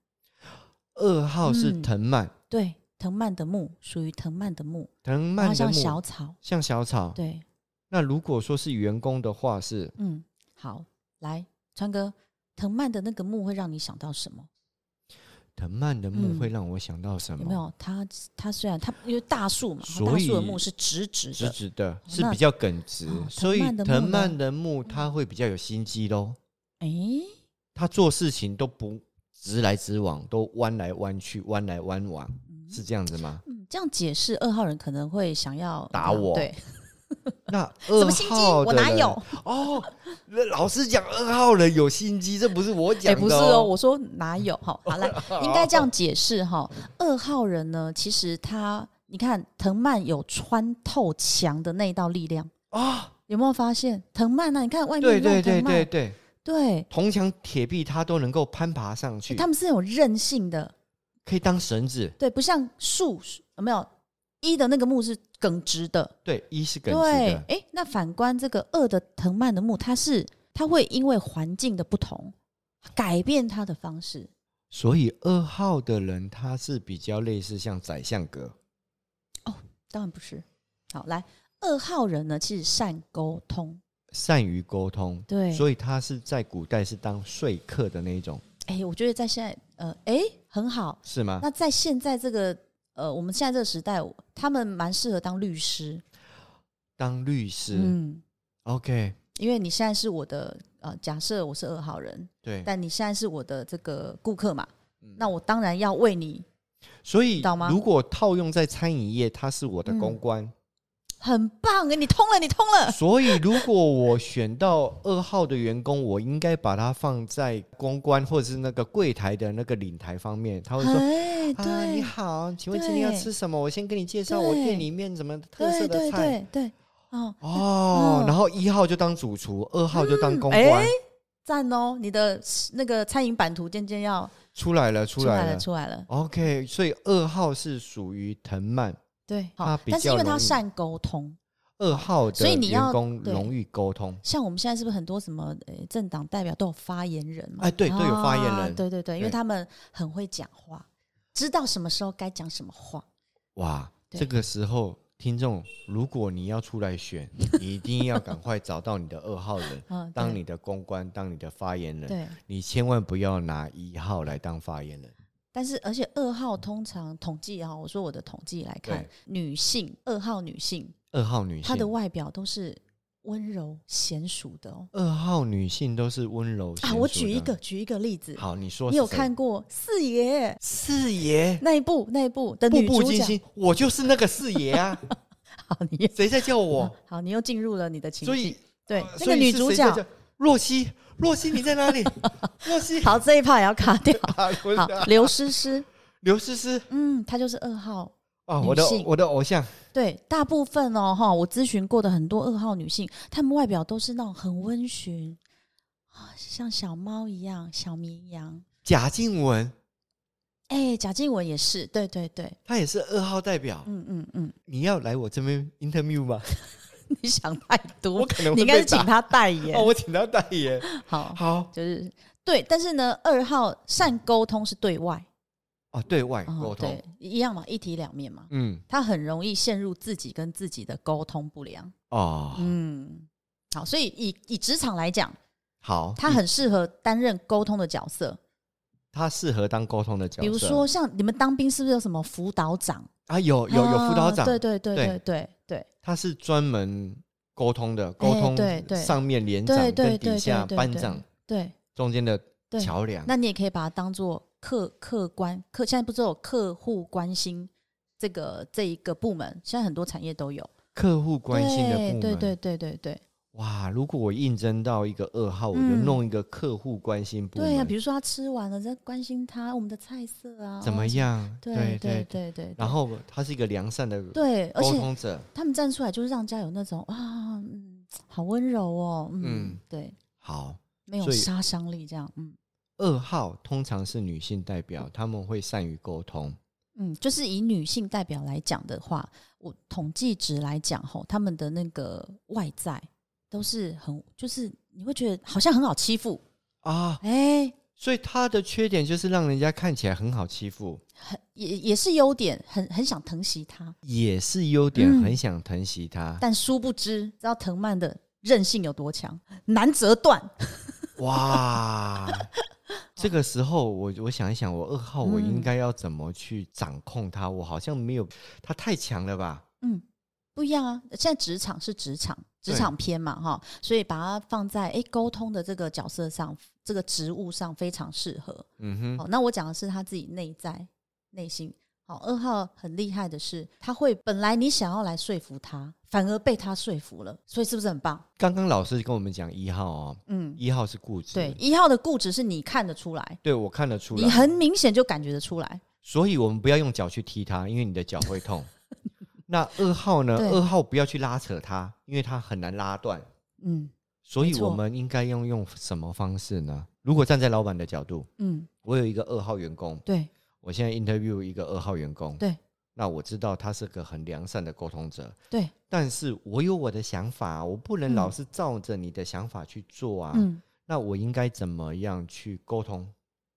Speaker 2: 二号是
Speaker 1: 嗯
Speaker 2: 藤蔓，
Speaker 1: 对，藤蔓的木属于藤蔓的木，
Speaker 2: 藤
Speaker 1: 然后
Speaker 2: 蔓的
Speaker 1: 像
Speaker 2: 木
Speaker 1: 小草，
Speaker 2: 像小草。
Speaker 1: 对，
Speaker 2: 那如果说是员工的话是
Speaker 1: 嗯，好，来，川哥，藤蔓的那个木会让你想到什么？
Speaker 2: 藤蔓的木，
Speaker 1: 嗯
Speaker 2: 会让我想到什么？
Speaker 1: 有没有？它它虽然它因为大树嘛，
Speaker 2: 所
Speaker 1: 大树的
Speaker 2: 以
Speaker 1: 木是直直
Speaker 2: 直
Speaker 1: 的，
Speaker 2: 直的，
Speaker 1: 那
Speaker 2: 是比较耿直
Speaker 1: 哦，
Speaker 2: 所以
Speaker 1: 藤蔓的木呢
Speaker 2: 藤蔓的木它会比较有心机喽。
Speaker 1: 哎、
Speaker 2: 他做事情都不直来直往，都弯来弯去，弯来弯往，是这样子吗？
Speaker 1: 嗯，这样解释二号人可能会想要嗯
Speaker 2: 打我
Speaker 1: 对，
Speaker 2: 那
Speaker 1: 什
Speaker 2: 二
Speaker 1: 么心机？
Speaker 2: 号
Speaker 1: 我
Speaker 2: 的
Speaker 1: 哪
Speaker 2: 人
Speaker 1: 有？
Speaker 2: 哦，那老师讲二号人有心机，这不是我讲的、
Speaker 1: 不是哦，，我说哪有？好，好来，应该这样解释哈。二号人呢，其实他，你看藤蔓有穿透墙的那一道力量
Speaker 2: 啊
Speaker 1: 有没有发现？藤蔓啊呢、你看外面那
Speaker 2: 对对
Speaker 1: 种
Speaker 2: 对
Speaker 1: 藤
Speaker 2: 对
Speaker 1: 蔓，
Speaker 2: 对，
Speaker 1: 对，
Speaker 2: 铜墙铁壁他都能够攀爬上去，
Speaker 1: 哎他们是有韧性的，
Speaker 2: 可以当绳子。
Speaker 1: 对，不像树有没有？一的那个木是耿直的，
Speaker 2: 对，一是梗直
Speaker 1: 对
Speaker 2: 的，，
Speaker 1: 哎，那反观这个二的藤蔓的木，它是它会因为环境的不同改变它的方式，
Speaker 2: 所以二号的人他是比较类似像宰相格，
Speaker 1: 当然不是。好，来二号人呢，其实善沟通，
Speaker 2: 善于沟通，
Speaker 1: 对
Speaker 2: 所以他是在古代是当说客的那一种，
Speaker 1: 哎，我觉得在现在，呃，哎，很好。
Speaker 2: 是吗？
Speaker 1: 那在现在这个，呃，我们现在这个时代，他们蛮适合当律师，
Speaker 2: 当律师、
Speaker 1: 嗯，
Speaker 2: o k
Speaker 1: 因为你现在是我的，呃，假设我是二号人，
Speaker 2: 对，
Speaker 1: 但你现在是我的这个顾客嘛，
Speaker 2: 嗯
Speaker 1: 那我当然要为你
Speaker 2: 所以
Speaker 1: 懂吗嗯
Speaker 2: 如果套用在餐饮业，他是我的公关。
Speaker 1: 很棒，你通了，你通了，
Speaker 2: 所以，如果我选到二号的员工，我应该把他放在公关或者是那个柜台的那个领台方面，他会说。
Speaker 1: 哎，
Speaker 2: 啊，你
Speaker 1: 对，
Speaker 2: 好，请问今天要
Speaker 1: 对
Speaker 2: 吃什么？我先跟你介绍我
Speaker 1: 对
Speaker 2: 店里面怎么特
Speaker 1: 对
Speaker 2: 色的
Speaker 1: 对
Speaker 2: 菜
Speaker 1: 对对，哦，
Speaker 2: 哦。
Speaker 1: 嗯
Speaker 2: 然后一号就当主厨，二号就当公
Speaker 1: 嗯
Speaker 2: 关
Speaker 1: 哎，赞哦，你的那个餐饮版图渐渐要
Speaker 2: 出来了，出
Speaker 1: 出来
Speaker 2: 来了
Speaker 1: 了，。出来了。
Speaker 2: OK，所以二号是属于藤蔓，
Speaker 1: 对，
Speaker 2: 他
Speaker 1: 好，
Speaker 2: 比
Speaker 1: 但是因
Speaker 2: 较
Speaker 1: 为他
Speaker 2: 容易
Speaker 1: 善沟通，
Speaker 2: 二号
Speaker 1: 所
Speaker 2: 的
Speaker 1: 以你要
Speaker 2: 员工
Speaker 1: 对
Speaker 2: 容易沟通。
Speaker 1: 像我们现在是不是很多什么呃政党代表都有发言人嘛？
Speaker 2: 哎对都有发言
Speaker 1: 啊
Speaker 2: 人
Speaker 1: 对对对，因为
Speaker 2: 对
Speaker 1: 他们很会讲话，知道什么时候该讲什么话。
Speaker 2: 哇，
Speaker 1: 对，
Speaker 2: 这个时候听众，如果你要出来选，你一定要赶快找到你的二号人
Speaker 1: 嗯，
Speaker 2: 当
Speaker 1: 对
Speaker 2: 你的公关，当你的发言人，
Speaker 1: 对，
Speaker 2: 你千万不要拿一号来当发言人。
Speaker 1: 但是而且二号通常统计啊，我说我的统计来看
Speaker 2: 对，
Speaker 1: 女性二号女性
Speaker 2: 二号女
Speaker 1: 她的
Speaker 2: 性，
Speaker 1: 外表都是温柔娴熟的哦。
Speaker 2: 二号女性都是温柔
Speaker 1: 啊，
Speaker 2: 娴
Speaker 1: 我
Speaker 2: 熟
Speaker 1: 举一
Speaker 2: 的
Speaker 1: 个，举一个例子，
Speaker 2: 好，你说
Speaker 1: 你有
Speaker 2: 是谁
Speaker 1: 看过四爷
Speaker 2: 四爷
Speaker 1: 那一部那一部的
Speaker 2: 步
Speaker 1: 女
Speaker 2: 步
Speaker 1: 主
Speaker 2: 惊
Speaker 1: 角？
Speaker 2: 心，我就是那个四爷 啊！
Speaker 1: 好，你
Speaker 2: 谁在叫我？
Speaker 1: 好，你又进入了你的情
Speaker 2: 所
Speaker 1: 境
Speaker 2: 以
Speaker 1: 对
Speaker 2: 呃，
Speaker 1: 那
Speaker 2: 所
Speaker 1: 个
Speaker 2: 以
Speaker 1: 女
Speaker 2: 是
Speaker 1: 主
Speaker 2: 谁在
Speaker 1: 角，
Speaker 2: 叫若曦，若曦你在哪里？若曦，
Speaker 1: 好，这一趴也要卡 掉。
Speaker 2: 啊不是
Speaker 1: 好，刘诗诗，
Speaker 2: 刘诗诗
Speaker 1: 嗯，她就是二号。
Speaker 2: 啊，
Speaker 1: 女
Speaker 2: 我的
Speaker 1: 性
Speaker 2: 我的偶像。
Speaker 1: 对，大部分哦哈，我咨询过的很多二号女性，她们外表都是那种很温驯，啊，像小猫一样，小绵羊。
Speaker 2: 贾静雯，
Speaker 1: 哎，贾静雯也是，对对对，
Speaker 2: 她也是二号代表。
Speaker 1: 嗯嗯嗯，
Speaker 2: 你要来我这边 interview 吗？
Speaker 1: 你想太多，
Speaker 2: 我可能会
Speaker 1: 你应该
Speaker 2: 被
Speaker 1: 是请
Speaker 2: 打
Speaker 1: 他代言哦
Speaker 2: 哦，。我请她代言。
Speaker 1: 好，
Speaker 2: 好
Speaker 1: 就是对，但是呢，二号善沟通是对外
Speaker 2: 哦，对外
Speaker 1: 哦
Speaker 2: 沟通
Speaker 1: 对，，一样嘛，一体两面嘛。
Speaker 2: 嗯
Speaker 1: 他很容易陷入自己跟自己的沟通不良。
Speaker 2: 哦，嗯
Speaker 1: 嗯，好，所以以以职场来讲，
Speaker 2: 好，
Speaker 1: 他很适合担任沟通的角色，
Speaker 2: 她适合当沟通的角色。
Speaker 1: 比如说像你们当兵是不是有什么辅导长？
Speaker 2: 啊，有有有辅导
Speaker 1: 啊，
Speaker 2: 长
Speaker 1: 对对对
Speaker 2: 对
Speaker 1: 对对对
Speaker 2: 他是专门沟通的，沟通
Speaker 1: 哎对对
Speaker 2: 上面连
Speaker 1: 对
Speaker 2: 长
Speaker 1: 对对
Speaker 2: 跟底下
Speaker 1: 对对
Speaker 2: 班
Speaker 1: 对
Speaker 2: 长
Speaker 1: 对
Speaker 2: 中间的
Speaker 1: 对。
Speaker 2: 桥梁。
Speaker 1: 那你也可以把它当做客客观客，现在不是有客户关心这个这一个部门，现在很多产业都有
Speaker 2: 客户关心的部门，
Speaker 1: 对对对对对对
Speaker 2: 哇！如果我应征到一个二号，我就
Speaker 1: 嗯
Speaker 2: 弄一个客户关心部
Speaker 1: 对
Speaker 2: 门，
Speaker 1: 啊，比如说他吃完了，再关心他我们的菜色啊，
Speaker 2: 怎么
Speaker 1: 哦？
Speaker 2: 样？
Speaker 1: 对对
Speaker 2: 对。
Speaker 1: 对对，
Speaker 2: 然后他是一个良善的
Speaker 1: 对，而
Speaker 2: 沟
Speaker 1: 且
Speaker 2: 通者，
Speaker 1: 他们站出来就是让人家有那种啊，嗯，好温柔哦，嗯，
Speaker 2: 嗯
Speaker 1: 对，
Speaker 2: 好。
Speaker 1: 没有
Speaker 2: 所以
Speaker 1: 杀伤力这样，嗯
Speaker 2: 二号通常是女性代表，他们会善于沟通。
Speaker 1: 嗯，就是以女性代表来讲的话，我统计值来讲吼，他们的那个外在都是很，就是你会觉得好像很好欺负，
Speaker 2: 啊，
Speaker 1: 哎、
Speaker 2: 所以他的缺点就是让人家看起来很好欺负，
Speaker 1: 很也也是优点，很很想疼惜他，
Speaker 2: 也是优点，
Speaker 1: 嗯
Speaker 2: 很想疼惜他。
Speaker 1: 但殊不知，知道藤蔓的韧性有多强，难折断。
Speaker 2: 哇，这个时候我我想一想，我二号我应该要怎么去掌控他？我好像没有，他太强了吧？
Speaker 1: 嗯，不一样啊。现在职场是职场，职
Speaker 2: 对
Speaker 1: 场篇嘛，哈，所以把它放在诶沟通的这个角色上，这个职务上非常适合。
Speaker 2: 嗯哼，
Speaker 1: 哦，那我讲的是他自己内在内心。好，二号很厉害的是，他会本来你想要来说服他，反而被他说服了，所以是不是很棒？
Speaker 2: 刚刚老师跟我们讲一号哦，
Speaker 1: 嗯，
Speaker 2: 一号是固执，
Speaker 1: 对，，一号的固执是你看得出来，
Speaker 2: 对我看得出
Speaker 1: 你
Speaker 2: 来，
Speaker 1: 很明显就感觉得出来。
Speaker 2: 所以我们不要用脚去踢他，因为你的脚 会痛。那二号呢？
Speaker 1: 对
Speaker 2: 二号不要去拉扯他，因为他很难拉断。
Speaker 1: 嗯
Speaker 2: 所以
Speaker 1: 没错
Speaker 2: 我们应该用用什么方式呢？如果站在老板的角度，
Speaker 1: 嗯，
Speaker 2: 我有一个二号员工，
Speaker 1: 对
Speaker 2: 我现在 interview 一个二号员工，
Speaker 1: 对，
Speaker 2: 那我知道他是个很良善的沟通者，
Speaker 1: 对，
Speaker 2: 但是我有我的想法，我不能
Speaker 1: 嗯
Speaker 2: 老是照着你的想法去做啊。
Speaker 1: 嗯
Speaker 2: 那我应该怎么样去沟通？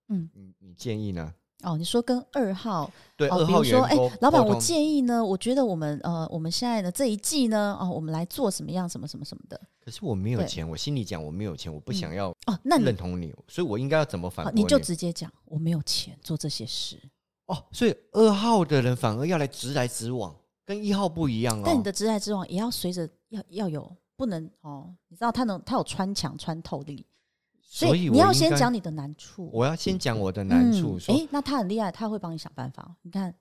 Speaker 1: 嗯，
Speaker 2: 你你建议呢？
Speaker 1: 哦，你说跟二号
Speaker 2: 对，
Speaker 1: 哦，
Speaker 2: 二
Speaker 1: 比如
Speaker 2: 号员
Speaker 1: 说，
Speaker 2: 工，
Speaker 1: 老板，
Speaker 2: 沟
Speaker 1: 我
Speaker 2: 通
Speaker 1: 建议呢，我觉得我们呃，我们现在呢这一季呢，哦，我们来做什么样，什么什么什么的。
Speaker 2: 可是我没有
Speaker 1: 对
Speaker 2: 钱，我心里讲我没有钱，我不
Speaker 1: 嗯
Speaker 2: 想要
Speaker 1: 哦，那
Speaker 2: 认
Speaker 1: 你
Speaker 2: 同你，所以我应该要怎么反
Speaker 1: 好
Speaker 2: 驳
Speaker 1: 你就直接讲，我没有钱做这些事。
Speaker 2: 哦，所以二号的人反而要来直来直往，跟一号不一样哦。
Speaker 1: 但你的直来直往也要随着要要有，不能哦，你知道他能他有穿墙穿透力，
Speaker 2: 所以
Speaker 1: 你
Speaker 2: 我
Speaker 1: 要
Speaker 2: 应
Speaker 1: 先
Speaker 2: 该
Speaker 1: 讲，你的难处。
Speaker 2: 我要先讲我的难处，说
Speaker 1: 哎、诶那他很厉害，他会帮你想办法。你看，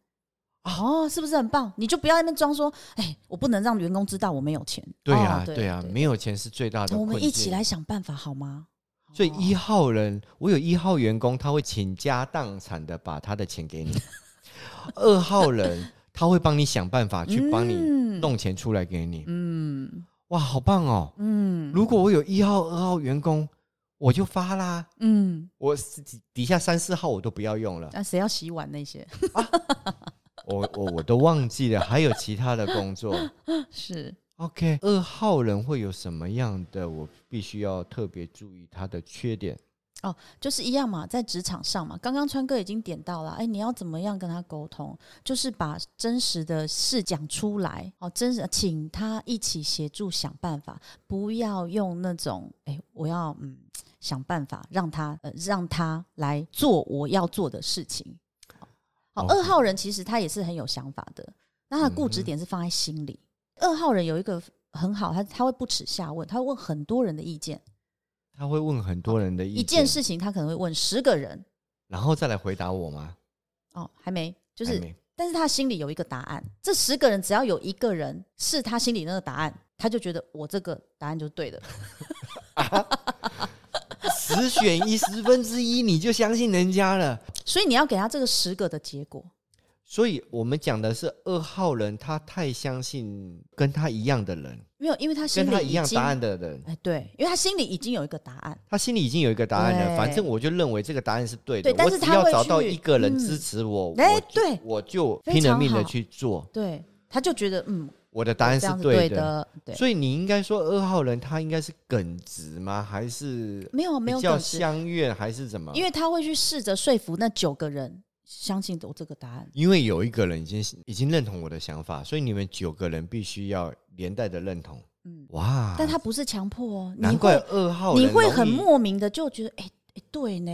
Speaker 2: 啊
Speaker 1: 哦，是不是很棒？你就不要在那边装说，哎、我不能让员工知道我没有钱。
Speaker 2: 对
Speaker 1: 哦
Speaker 2: 啊，
Speaker 1: 对
Speaker 2: 对啊，没有钱是最大的。
Speaker 1: 我们一起来。想办法好吗？
Speaker 2: 所以
Speaker 1: 哦
Speaker 2: 一号人，我有一号员工，他会倾家荡产的把他的钱给你；二号人，他会帮你想办法去帮你
Speaker 1: 嗯
Speaker 2: 弄钱出来给你。
Speaker 1: 嗯
Speaker 2: 哇，好棒哦！
Speaker 1: 嗯
Speaker 2: 如果我有一号、二号员工，我就发啦。
Speaker 1: 嗯，
Speaker 2: 我是底底下三四号我都不要用了，
Speaker 1: 那谁要洗碗那些？
Speaker 2: 我我我都忘记了，还有其他的工作。
Speaker 1: 是
Speaker 2: OK，二号人会有什么样的？我必须要特别注意他的缺点。
Speaker 1: 就是一样嘛，在职场上嘛。刚刚川哥已经点到了，哎，你要怎么样跟他沟通？就是把真实的事讲出来哦，真实，请他一起协助想办法，不要用那种哎，我要嗯想办法让他呃让他来做我要做的事情。好，
Speaker 2: OK
Speaker 1: 二号人其实他也是很有想法的，那他的固执
Speaker 2: 哦嗯
Speaker 1: 点是放在心里。二号人有一个很好，他他会不耻下问，他会问很多人的意见。
Speaker 2: 他会问很多人的意见，
Speaker 1: 一件事情，他可能会问十个人
Speaker 2: 然后再来回答我吗？
Speaker 1: 哦，还没，就
Speaker 2: 还
Speaker 1: 是，
Speaker 2: 没
Speaker 1: 但是他心里有一个答案。这十个人只要有一个人是他心里那个答案，他就觉得我这个答案就是对的。
Speaker 2: 十选一，十分之一，你就相信人家了。
Speaker 1: 所以你要给他这个十个的结果。
Speaker 2: 所以我们讲的是二号人，他太相信跟他一样的人，
Speaker 1: 没有，因为他心
Speaker 2: 跟
Speaker 1: 里
Speaker 2: 他
Speaker 1: 已
Speaker 2: 一样
Speaker 1: 经
Speaker 2: 答案的人，
Speaker 1: 哎，对，因为他心里已经有一个答案，
Speaker 2: 他心里已经有一个答案了。
Speaker 1: 对
Speaker 2: 反正我就认为这个答案是对的，
Speaker 1: 对但
Speaker 2: 我
Speaker 1: 是
Speaker 2: 只
Speaker 1: 他
Speaker 2: 要
Speaker 1: 会
Speaker 2: 找到
Speaker 1: 去
Speaker 2: 一个人
Speaker 1: 嗯
Speaker 2: 支持我，
Speaker 1: 哎
Speaker 2: 我就
Speaker 1: 对
Speaker 2: 我就
Speaker 1: 非
Speaker 2: 拼了
Speaker 1: 常
Speaker 2: 命的
Speaker 1: 好
Speaker 2: 去做，
Speaker 1: 对，他就觉得嗯，
Speaker 2: 我的答案
Speaker 1: 这
Speaker 2: 是
Speaker 1: 样是
Speaker 2: 对的。
Speaker 1: 的，对，
Speaker 2: 所以你应该说二号人他应该是耿直吗？还是
Speaker 1: 没有没有
Speaker 2: 比较
Speaker 1: 耿直，
Speaker 2: 相怨还是怎么？
Speaker 1: 因为他会去试着说服那九个人相信我这个答案，
Speaker 2: 因为有一个人已经已经认同我的想法，所以你们九个人必须要连带的认同。
Speaker 1: 嗯，
Speaker 2: 哇！
Speaker 1: 但他不是强迫哦，
Speaker 2: 啊难
Speaker 1: 你
Speaker 2: 怪
Speaker 1: 会
Speaker 2: 二号人
Speaker 1: 你会
Speaker 2: 容易
Speaker 1: 很莫名的就觉得，哎、哎对呢，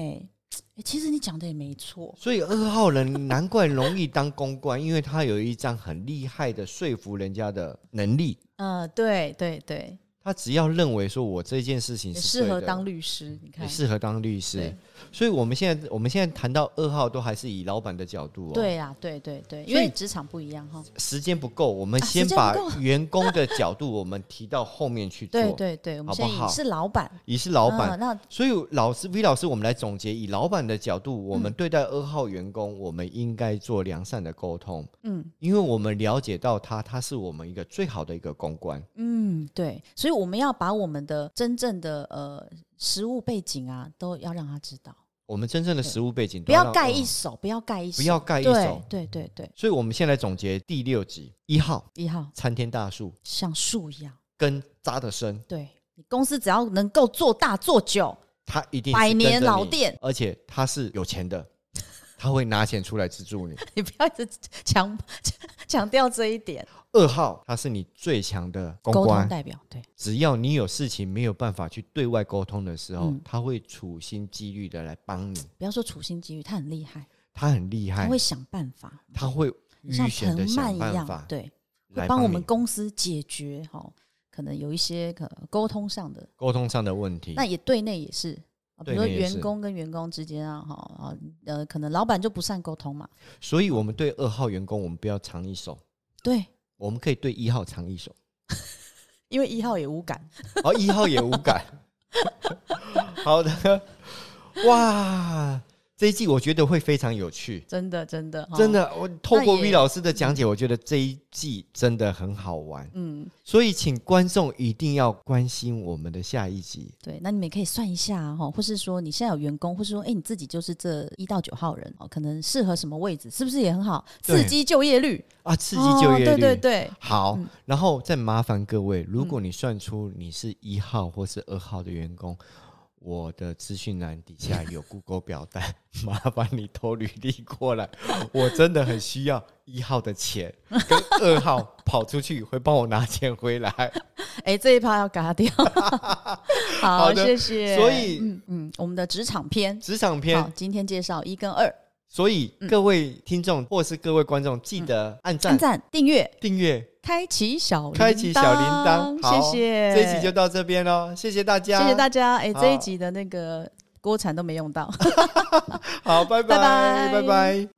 Speaker 1: 哎其实你讲的也没错，
Speaker 2: 所以二号人 难怪容易当公关，因为他有一张很厉害的说服人家的能力。
Speaker 1: 呃，对对对，
Speaker 2: 他只要认为说我这件事情
Speaker 1: 也
Speaker 2: 是
Speaker 1: 适
Speaker 2: 对
Speaker 1: 合
Speaker 2: 的嗯
Speaker 1: 当律师，你看
Speaker 2: 也，适合当律师
Speaker 1: 对。
Speaker 2: 所以我们现在我们现在谈到二号，都还是以老板的角度哦。，
Speaker 1: 对呀、啊，对对对，因
Speaker 2: 所以
Speaker 1: 为职场不一样哈，
Speaker 2: 时间不够，我们
Speaker 1: 啊
Speaker 2: 先
Speaker 1: 时间不
Speaker 2: 把
Speaker 1: 够
Speaker 2: 员工的角度我们提到后面去做。
Speaker 1: 对对对，我们
Speaker 2: 好不
Speaker 1: 现在
Speaker 2: 好
Speaker 1: 也是老板，
Speaker 2: 也是老板
Speaker 1: 嗯，那
Speaker 2: 所以老师 V 老师，我们来总结，以老板的角度，我
Speaker 1: 嗯
Speaker 2: 们对待二号员工，我们应该做良善的沟通，
Speaker 1: 嗯
Speaker 2: 因为我们了解到他，他是我们一个最好的一个公关。
Speaker 1: 嗯，对，所以我们要把我们的真正的呃实物背景啊，都要让他知道，
Speaker 2: 我们真正的实务背景，
Speaker 1: 不要盖一，手，不要盖一手，
Speaker 2: 嗯不要盖一
Speaker 1: 对
Speaker 2: 手。
Speaker 1: 对对对，
Speaker 2: 所以我们先来总结第六集一号
Speaker 1: 一号
Speaker 2: 参天大树
Speaker 1: 像树一样，
Speaker 2: 根扎的深，
Speaker 1: 对你公司只要能够做大做久，
Speaker 2: 它一定是
Speaker 1: 百年
Speaker 2: 跟着
Speaker 1: 老
Speaker 2: 你
Speaker 1: 店，
Speaker 2: 而且它是有钱的，他会拿钱出来资助你。
Speaker 1: 你不要一直强 强调这一点。
Speaker 2: 二号，他是你最强的公
Speaker 1: 沟
Speaker 2: 关
Speaker 1: 通代表，对，
Speaker 2: 只要你有事情没有办法去对外沟通的时候，
Speaker 1: 嗯
Speaker 2: 他会处心积虑的来帮你，
Speaker 1: 不要说处心积虑，他很厉害，
Speaker 2: 他很厉
Speaker 1: 他
Speaker 2: 害
Speaker 1: 会，想办法，
Speaker 2: 他会
Speaker 1: 像
Speaker 2: 哎预先的
Speaker 1: 藤蔓
Speaker 2: 想
Speaker 1: 一
Speaker 2: 办
Speaker 1: 样
Speaker 2: 法，
Speaker 1: 对，
Speaker 2: 来
Speaker 1: 会帮我
Speaker 2: 你
Speaker 1: 们公司解决哈、哦可能有一些可沟通上的，
Speaker 2: 沟通上的问题
Speaker 1: 那。也对内也是。啊比如
Speaker 2: 嗯对
Speaker 1: 说
Speaker 2: 内也是
Speaker 1: 员工跟员工之间啊，哈啊呃，可能老板就不善沟通嘛，
Speaker 2: 所以我们对二号员工，我们不要藏一手，
Speaker 1: 对，
Speaker 2: 我们可以对一号藏一手，
Speaker 1: 因为一号也无感，
Speaker 2: 而一号也无感。 好的，哇，这一季我觉得会非常有趣。
Speaker 1: 真的真的哈
Speaker 2: 真，的，我透过
Speaker 1: 那
Speaker 2: V
Speaker 1: 也
Speaker 2: 老师的讲解，我觉得这一季真的很好玩。
Speaker 1: 嗯，
Speaker 2: 所以，请观众一定要关心我们的下一集。
Speaker 1: 对，那你们也可以算一下啊哈、或是说你现在有员工，或是说哎、你自己就是这一到九号人哦，可能适合什么位置，是不是也很好？
Speaker 2: 对
Speaker 1: 刺激就业率，
Speaker 2: 啊，刺激就业率。
Speaker 1: 哦，对对对，
Speaker 2: 好，
Speaker 1: 嗯
Speaker 2: 然后再麻烦各位，如果你算出你是一号或是二号的员工，我的资讯栏底 下有 Google 表单， 麻烦你投履历过来，我真的很需要一号 的钱，跟二号跑出去会帮我拿钱回来。
Speaker 1: 哎、这一趴要嘎 掉。好，
Speaker 2: 好的
Speaker 1: 谢谢。
Speaker 2: 所以
Speaker 1: 嗯嗯，我们的职场篇，
Speaker 2: 职场
Speaker 1: 好嗯
Speaker 2: 篇，，
Speaker 1: 今天介绍一跟二，
Speaker 2: 所以各位听众或是各位观众，记得按
Speaker 1: 嗯
Speaker 2: 赞
Speaker 1: 按、赞、订阅、
Speaker 2: 订阅、
Speaker 1: 开启小铃铛
Speaker 2: 开启小铃铛。好
Speaker 1: 谢谢。
Speaker 2: 这一集就到这边喽，谢谢大家，
Speaker 1: 谢谢大家。哎、
Speaker 2: 好
Speaker 1: 这一集的那个锅铲都没用到。
Speaker 2: 好，拜
Speaker 1: 拜拜
Speaker 2: 拜，拜拜